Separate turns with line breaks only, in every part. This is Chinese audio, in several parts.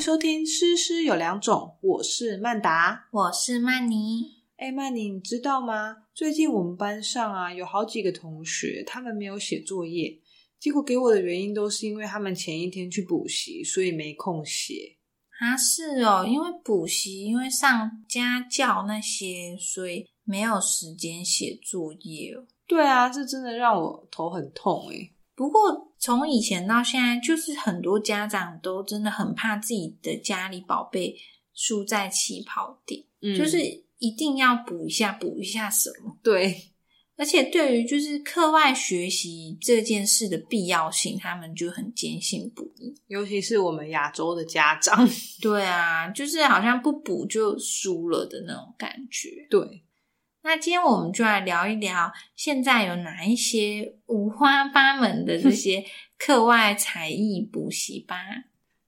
收听《诗诗有两种》，我是曼达。
我是曼妮。
哎，曼妮，你知道吗？最近我们班上啊，有好几个同学，他们没有写作业，结果给我的原因都是因为他们前一天去补习，所以没空写。
啊，是哦，因为补习，因为上家教那些，所以没有时间写作业哦。
对啊，这真的让我头很痛哎、
不过从以前到现在，就是很多家长都真的很怕自己的家里宝贝输在起跑点，
嗯
就是一定要补一下，补一下什么。
对，
而且对于就是课外学习这件事的必要性，他们就很坚信不疑。
尤其是我们亚洲的家长，
对啊，就是好像不补就输了的那种感觉。
对，
那今天我们就来聊一聊，现在有哪一些五花八门的这些课外才艺补习吧？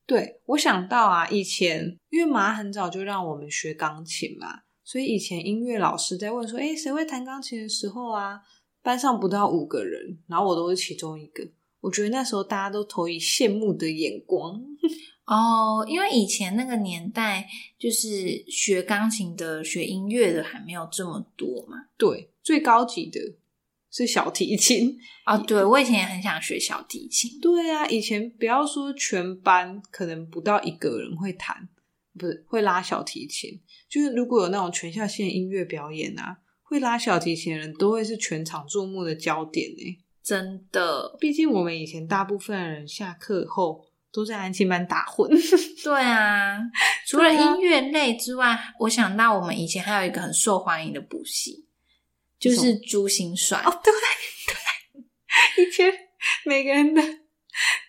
对，我想到啊，以前因为妈很早就让我们学钢琴嘛，所以以前音乐老师在问说：“诶，谁会弹钢琴？”的时候啊，班上不到五个人，然后我都是其中一个。我觉得那时候大家都投以羡慕的眼光。
哦，因为以前那个年代，就是学钢琴的、学音乐的还没有这么多嘛。
对，最高级的是小提琴。
哦，对，我以前也很想学小提琴。
对啊，以前不要说全班，可能不到一个人会弹，不是会拉小提琴。就是如果有那种全校性音乐表演啊，会拉小提琴的人都会是全场注目的焦点呢、
真的，
毕竟我们以前大部分人下课后都在安亲班打混。
对啊。除了音乐类之外，我想到我们以前还有一个很受欢迎的补习，就
什
是珠心算。
哦，对对，以前每个人的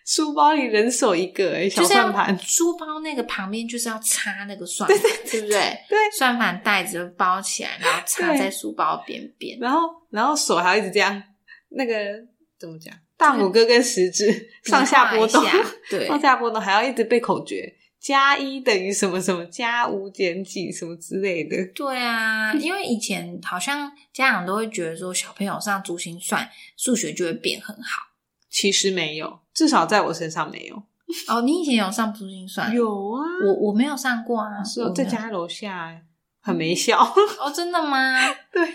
书包里人手一个、欸、小
就是要
算盘。
书包那个旁边就是要插那个算盘，对不对？
对
算盘袋子就包起来，然后插
对
在书包边边。
然后然后手还要一直这样，那个怎么讲？大拇哥跟食指上下波动
比，划一下对，
上下波动还要一直背口诀，加一等于什么什么，加五减几什么之类的。
对啊，因为以前好像家长都会觉得说，小朋友上珠心算，数学就会变很好。
其实没有，至少在我身上没有。
哦，你以前有上珠心算？，
有啊，
我我没有上过啊，
是
我
哦
没有
在家楼下，很没效。
哦，真的吗？
嗯对。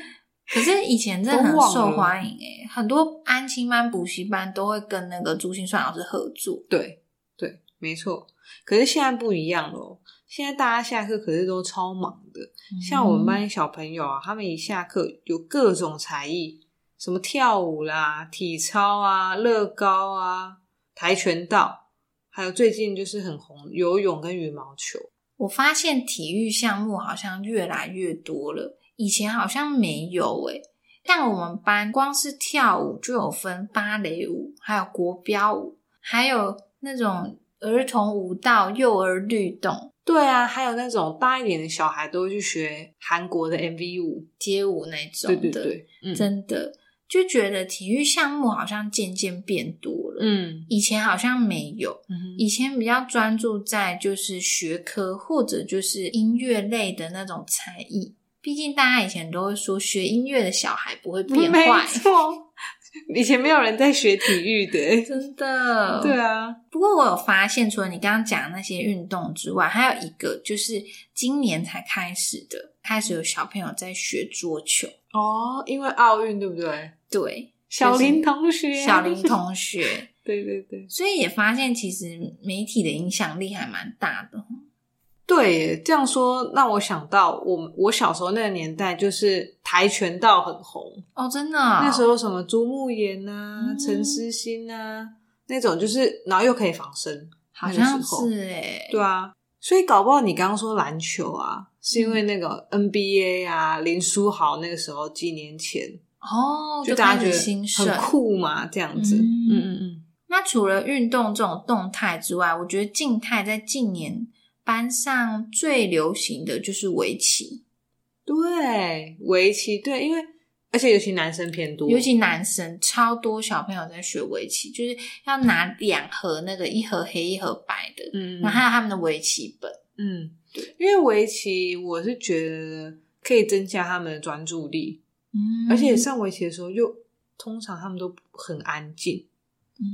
可是以前真的很
都忘了
受欢迎诶、很多安亲班、补习班都会跟那个珠心算老师合作。
对对，没错。可是现在不一样喽，现在大家下课可是都超忙的，像
嗯
我们班小朋友啊，他们一下课有各种才艺，什么跳舞啦、体操啊、乐高啊、跆拳道，还有最近就是很红游泳跟羽毛球。
我发现体育项目好像越来越多了，以前好像没有诶、但我们班光是跳舞就有分芭蕾舞，还有国标舞，还有那种儿童舞蹈、幼儿律动、
对啊，还有那种大一点的小孩都会去学韩国的 MV 舞。
街舞那种
对对
的，
对，嗯
真的就觉得体育项目好像渐渐变多了。
嗯
以前好像没有，
嗯哼
以前比较专注在就是学科或者就是音乐类的那种才艺。毕竟大家以前都会说，学音乐的小孩不会变
没
坏，
错，以前没有人在学体育 的。
真的。
对。啊，
不过我有发现，除了你刚刚讲的那些运动之外，还有一个就是今年才开始的，开始有小朋友在学桌球。
哦，因为奥运对不对？
对，
小
就是
林同学，
小林，同学，
对对对，
所以也发现其实媒体的影响力还蛮大的。哦
对耶，这样说让我想到我们我小时候那个年代，就是跆拳道很红，
哦，真的哦、
那时候什么朱慕炎啊、
嗯
陈思欣啊那种，就是然后又可以防身，
好像
那个时候
是哎、
对啊，所以搞不好你刚刚说篮球啊，是
嗯
因为那个 NBA 啊，林书豪那个时候几年前，
哦，
就大
开
家觉
始
得
兴盛。
很酷嘛，这样子，
嗯
嗯嗯嗯，
那除了运动这种动态之外，我觉得静态在近年班上最流行的就是围棋，
对，围棋，对，因为而且尤其男生偏多，
尤其男生超多小朋友在学围棋，就是要拿两盒那个一盒黑一盒白的，
嗯，嗯
然后还有他们的围棋本。
嗯，对，因为围棋，我是觉得可以增加他们的专注力，
嗯
而且上围棋的时候又，通常他们都很安静，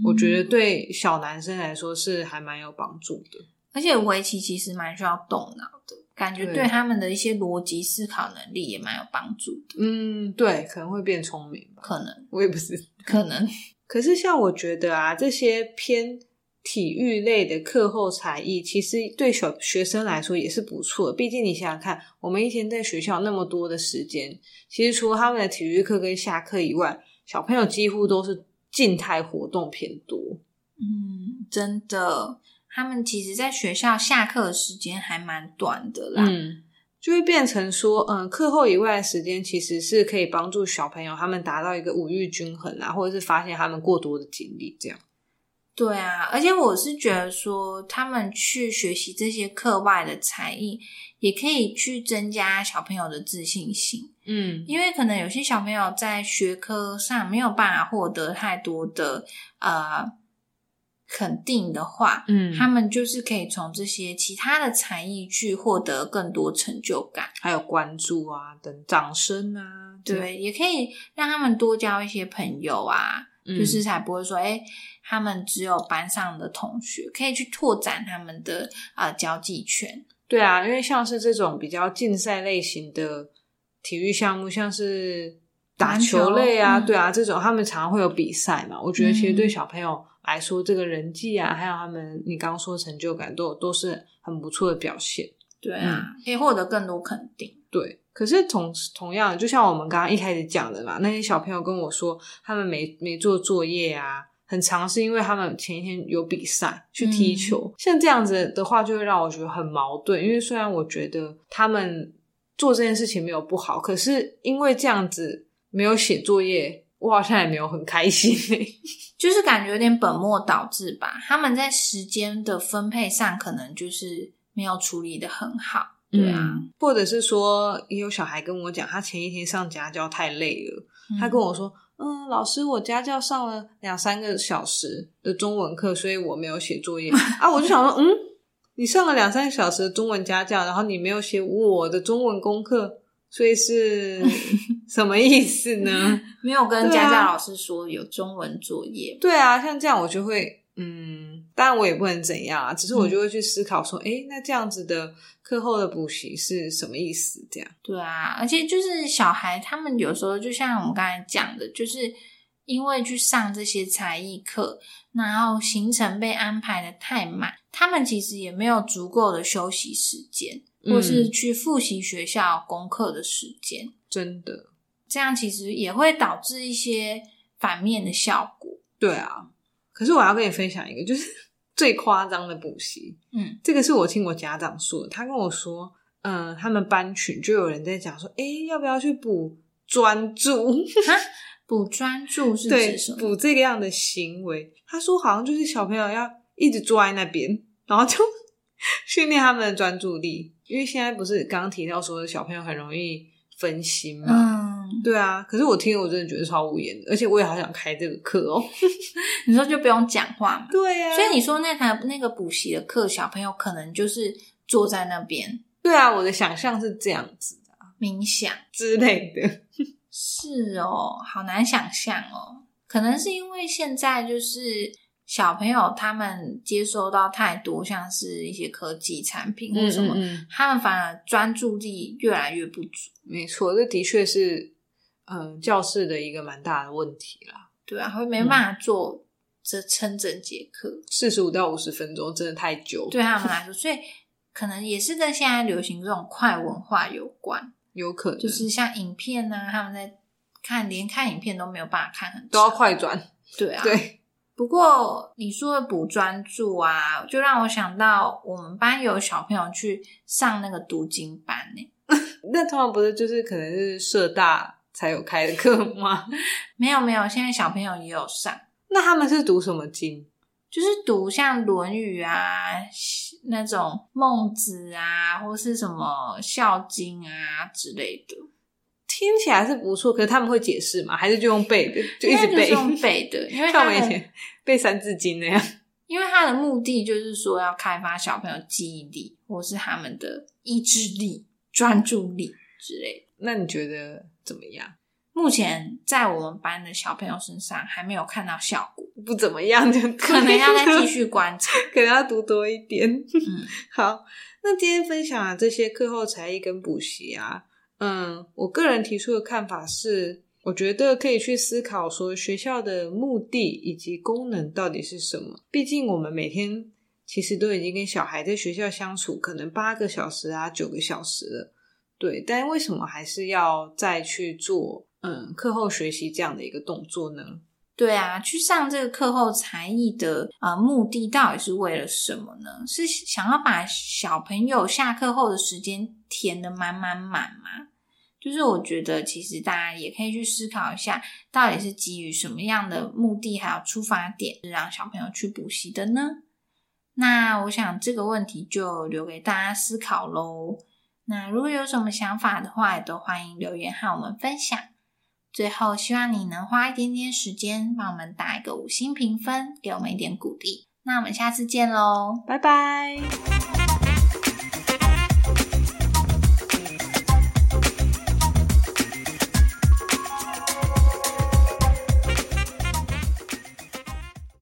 我觉得
得。
对小男生来说是还蛮有帮助的。
而且围棋其实蛮需要动脑的，感觉
对
对他们的一些逻辑思考能力也蛮有帮助的。
嗯，对，可能会变聪明吧，
可能，
我也不知道
可能，
可是像我觉得啊，这些偏体育类的课后才艺，其实对小学生来说也是不错的。毕竟你想想看，我们一天在学校那么多的时间，其实除了他们的体育课跟下课以外，小朋友几乎都是静态活动偏多。
嗯，真的，他们其实在学校下课的时间还蛮短的啦。
嗯，就会变成说，嗯，课后以外的时间其实是可以帮助小朋友他们达到一个五育均衡啊，或者是发现他们过多的精力这样。
对啊，而且我是觉得说，他们去学习这些课外的才艺，也可以去增加小朋友的自信心。
嗯
因为可能有些小朋友在学科上没有办法获得太多的呃肯定的话，
嗯，
他们就是可以从这些其他的才艺去获得更多成就感。
还有关注啊，等掌声啊，这样，
对，也可以让他们多交一些朋友啊，
嗯
就是才不会说，哎、他们只有班上的同学，可以去拓展他们的呃交际圈。
对啊，因为像是这种比较竞赛类型的体育项目，像是打
篮球
球类啊，
嗯
对啊，这种他们常常会有比赛嘛。我觉得其实
嗯
对小朋友来说，这个人际啊，还有他们你刚刚说成就感都有都是很不错的表现。
对啊，
嗯
可以获得更多肯定。
对，可是同同样的，就像我们刚刚一开始讲的嘛，那些小朋友跟我说，他们没没做作业啊，很长是因为他们前一天有比赛去踢球，像这样子的话，就会让我觉得很矛盾，因为虽然我觉得他们做这件事情没有不好，可是因为这样子没有写作业，我好像也没有很开心、欸。
就是感觉有点本末倒置吧，他们在时间的分配上可能就是没有处理的很好，对啊，
嗯或者是说，也有小孩跟我讲，他前一天上家教太累了，
嗯
他跟我说：“嗯，老师，我家教上了两三个小时的中文课，所以我没有写作业啊。”我就想说：“嗯，你上了两三个小时的中文家教，然后你没有写我的中文功课，所以是什么意思呢
没有跟
对啊
家教老师说有中文作业？”，
对啊，像这样我就会嗯，当然我也不能怎样啊，只是我就会去思考说：“诶，那这样子的课后的补习是什么意思？”这样，
对啊，而且就是小孩他们有时候就像我们刚才讲的，就是因为去上这些才艺课，然后行程被安排的太满，他们其实也没有足够的休息时间，或是
嗯
去复习学校功课的时间。
真的
这样其实也会导致一些反面的效果。
对啊。可是我要跟你分享一个，就是 最夸张的补习。
嗯
这个是我听我家长说的，他跟我说，嗯、他们班群就有人在讲说，诶，要不要去补专注？
补专注是
对
指什，么？
补这个样的行为。他说好像就是小朋友要一直坐在那边，然后就 训练他们的专注力，因为现在不是刚刚提到说小朋友很容易分心嘛。
嗯，
对啊，可是我听了我真的觉得超无言的，而且我也好想开这个课哦。
你说就不用讲话嘛。
对啊，
所以你说那台那个补习的课，小朋友可能就是坐在那边
对啊，我的想象是这样子
冥想。
之类的。
是哦，好难想象哦。可能是因为现在就是小朋友他们接收到太多像是一些科技产品或什么，
嗯嗯
他们反而专注力越来越不足。
没错，这的确是，嗯，教室的一个蛮大的问题啦。
对啊，会没
嗯
办法做这撑整节课，
四十五到五十分钟真的太久，
对他们来说，所以可能也是跟现在流行这种快文化有关，
有可能
就是像影片啊，他们在看，连看影片都没有办法看很
都要
长
快转。
对啊。
对，
不过你说的补专注啊，就让我想到我们班有小朋友去上那个读经班呢、
那通常不是就是可能是社大才有开的课吗？
没有没有，现在小朋友也有上，
那他们是读什么经？
就是读像《论语》啊，那种孟子啊，或是什么《孝经》啊之类的，
听起来是不错，可是他们会解释吗？还是就用背的，就一
因为
直
就是
背？
用背 的，因为
像
他
我以
的
前背《三字经》那样。
因为他的目的就是说要开发小朋友记忆力，或是他们的意志力、专注力之类的。
那你觉得怎么样？
目前在我们班的小朋友身上还没有看到效果，
不怎么样，就
可能要再继，续观察。
可能要读多一点。
嗯，
好，那今天分享的这些课后才艺跟补习啊，嗯，我个人提出的看法是，我觉得可以去思考说学校的目的以及功能到底是什么。毕竟我们每天其实都已经跟小孩在学校相处，可能八个小时啊，九个小时了，对，但为什么还是要再去做嗯课后学习这样的一个动作呢？
对啊，去上这个课后才艺的啊、呃目的到底是为了什么呢？是想要把小朋友下课后的时间填得满满满吗？就是我觉得其实大家也可以去思考一下，到底是基于什么样的目的还有出发点，是让小朋友去补习的呢？那我想这个问题就留给大家思考喽。那如果有什么想法的话，也都欢迎留言和我们分享。最后，希望你能花一点点时间，帮我们打一个五星评分，给我们一点鼓励。那我们下次见喽，
拜拜。